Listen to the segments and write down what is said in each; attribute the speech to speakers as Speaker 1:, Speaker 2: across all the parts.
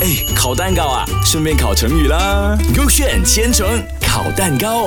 Speaker 1: 哎，烤蛋糕啊，顺便烤成语啦。勾选千层烤蛋糕，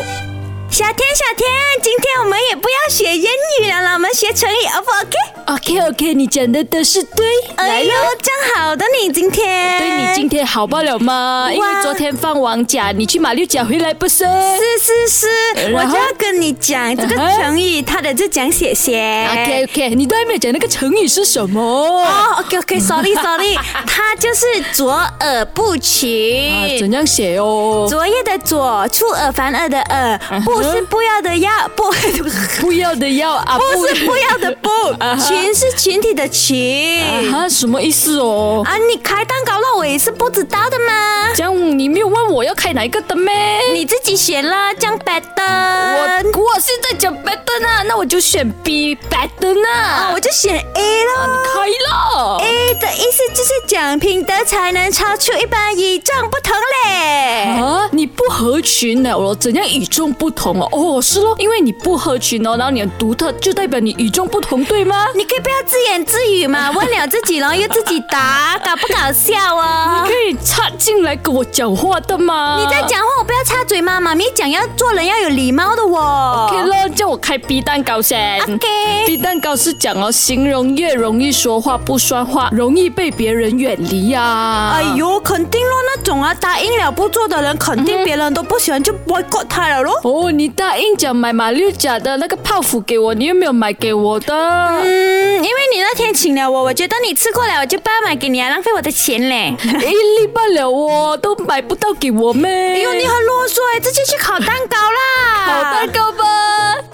Speaker 2: 小天，小天，今天我们也不要学英语了啦，我们学成语，O 不 OK？
Speaker 3: OK OK，你讲的都是对，
Speaker 2: 哎
Speaker 3: 来
Speaker 2: 呦
Speaker 3: 了。，
Speaker 2: 真好的你今天，
Speaker 3: 对你今天好不了吗？因为昨天放完假，你去马六甲回来不是？
Speaker 2: 是是是，我
Speaker 3: 然后
Speaker 2: 就要跟你讲这个
Speaker 3: 嗯哼
Speaker 2: 成语，它的就讲写写。
Speaker 3: OK OK，你都还没有讲那个成语是什么？啊，
Speaker 2: 哦，OK OK，sorry sorry，它就是左耳不群。
Speaker 3: 怎样写哦？
Speaker 2: 昨夜的左，出尔反尔的尔，
Speaker 3: 嗯
Speaker 2: 不是不要的要，不 不
Speaker 3: 不要的要啊，不
Speaker 2: 是不要的不，
Speaker 3: 嗯
Speaker 2: 群是群体的群。
Speaker 3: 啊，什么意思哦？
Speaker 2: 啊，你开蛋糕了，我也是不知道的嘛，
Speaker 3: 这样你没有问我要开哪一个灯咩？
Speaker 2: 你自己选啦，江白的。
Speaker 3: 我我现在讲白灯啊，那我就选 B 白灯
Speaker 2: 啊，
Speaker 3: 啊，
Speaker 2: 我就选 A 咯。
Speaker 3: 开了。
Speaker 2: A 的意思就是讲品德才能超出一般，与众不同嘞。
Speaker 3: 啊，你不合群了咯？怎样与众不同哦？哦，是咯，因为你不合群哦，然后你很独特，就代表你与众不同，对吗？
Speaker 2: 你可以不要自言自语 嘛，问了自己，然后又自己答，搞不搞笑哦
Speaker 3: 可？以啊插进来跟我讲话的吗？
Speaker 2: 你在讲话，我不要插嘴嘛，妈咪讲要做人要有礼貌的
Speaker 3: ？OK 嗯
Speaker 2: 哦。
Speaker 3: 了，叫我开 B 蛋糕先。
Speaker 2: OK，
Speaker 3: B 蛋糕是讲哦，形容越容易说话不算话，容易被别人远离啊呀、
Speaker 2: 哎呦，肯定咯，那种啊，答应了不做的人，肯定别人都不喜欢，就 boycott 他了咯。
Speaker 3: 哦，你答应讲买马六甲的那个泡芙给我，你又没有买给我的。
Speaker 2: 嗯，因为你那天请了我，我觉得你吃过了，我就不要买给你啊，浪费我的钱嘞。
Speaker 3: 一粒半了哦，都买不到给我咩？哎
Speaker 2: 哎呦，你很啰嗦哎，直接去烤蛋糕啦！
Speaker 3: 好蛋糕吧。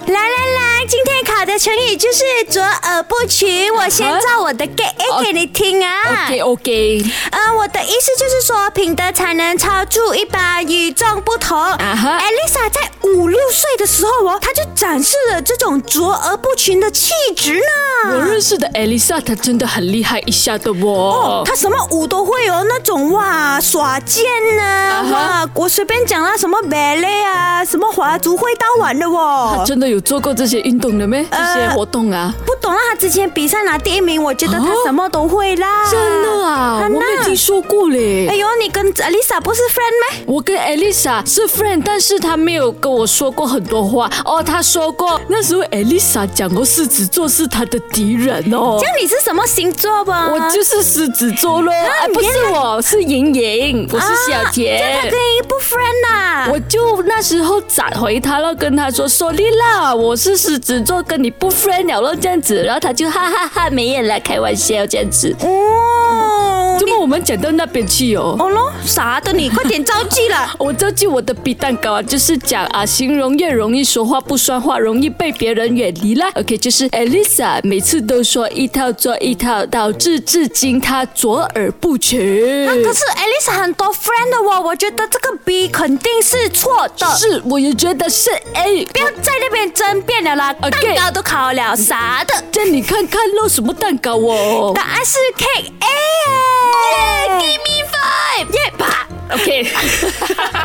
Speaker 2: 来来来，今天考的成语就是左耳不群。我先
Speaker 3: 啊
Speaker 2: 照我的 get A 给你听啊。
Speaker 3: OK OK，
Speaker 2: 呃，我的意思就是说，品德才能超出一般，与众不同。
Speaker 3: 啊哈
Speaker 2: Elisa 在五六岁的时候哦，她就展示了这种卓而不群的气质
Speaker 3: 我
Speaker 2: 呢。
Speaker 3: 认识的 Elisa 她真的很厉害一下的
Speaker 2: 哦
Speaker 3: 哦，。
Speaker 2: 她什么舞都会哦，那种哇耍剑呐、
Speaker 3: 哈
Speaker 2: 哇，我随便讲啦，什么 ballet 啊，什么华族会刀玩的哦。
Speaker 3: 真的有做过这些运动的咩？这些活动啊？
Speaker 2: 不懂啊，他之前比赛拿第一名，我觉得他
Speaker 3: 哦
Speaker 2: 什么都会啦。
Speaker 3: 真的啊，我
Speaker 2: 真的
Speaker 3: 没有听说过嘞。
Speaker 2: 哎呦，你跟 Alisa 不是 friend 吗？
Speaker 3: 我跟 Elisa 是 friend，但是她没有跟我说过很多话哦。她说过那时候 Elisa 讲过狮子座是她的敌人哦
Speaker 2: 这。样你是什么星座吧？
Speaker 3: 我就是狮子座咯，哎，不是我，是莹莹，我是小
Speaker 2: 啊这样他
Speaker 3: 田
Speaker 2: 跟。你不 friend 啊呐、
Speaker 3: 我就那时候咋回他了，跟他说说丽啦，我是狮子座，跟你不 friend 了咯，这样子，然后他就哈哈哈没眼来开玩笑这样子。
Speaker 2: 哦，
Speaker 3: 怎么我们讲到那边去哦？
Speaker 2: 哦咯，啥的你，快点着急 了。
Speaker 3: 我这句我的比蛋糕啊，就是讲啊，形容越容易说话不算话，容易被别人远离啦。OK，就是 Elisa 每次都说一套做一套，导致至今她左耳不群。
Speaker 2: 啊可是 Alisa 很多 friend 的哦，我觉得这个 B 肯定是错的。
Speaker 3: 是，我也觉得是 A。
Speaker 2: 哎不要在那边争辩了啦
Speaker 3: OK
Speaker 2: 蛋糕都烤了，啥的。
Speaker 3: 这你看看咯，什么蛋糕哦？
Speaker 2: 答案是 Cake A。Give me five。耶吧。
Speaker 3: OK，哇，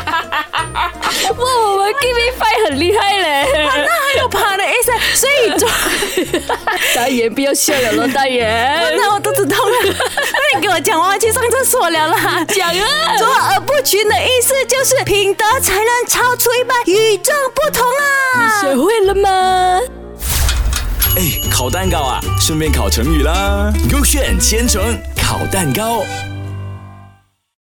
Speaker 3: 我们 Give me five 很厉害嘞！
Speaker 2: 那还有爬的意思，所以就
Speaker 3: 大爷不要笑了咯，大爷。
Speaker 2: 那 我肚子痛了。那你给我讲，我要去上厕所了啦。
Speaker 3: 讲啊
Speaker 2: 卓尔不群的意思就是品德才能超出一般，与众不同啊。
Speaker 3: 学会了吗？
Speaker 1: 哎，烤蛋糕啊，顺便烤成语啦。勾选千层烤蛋糕。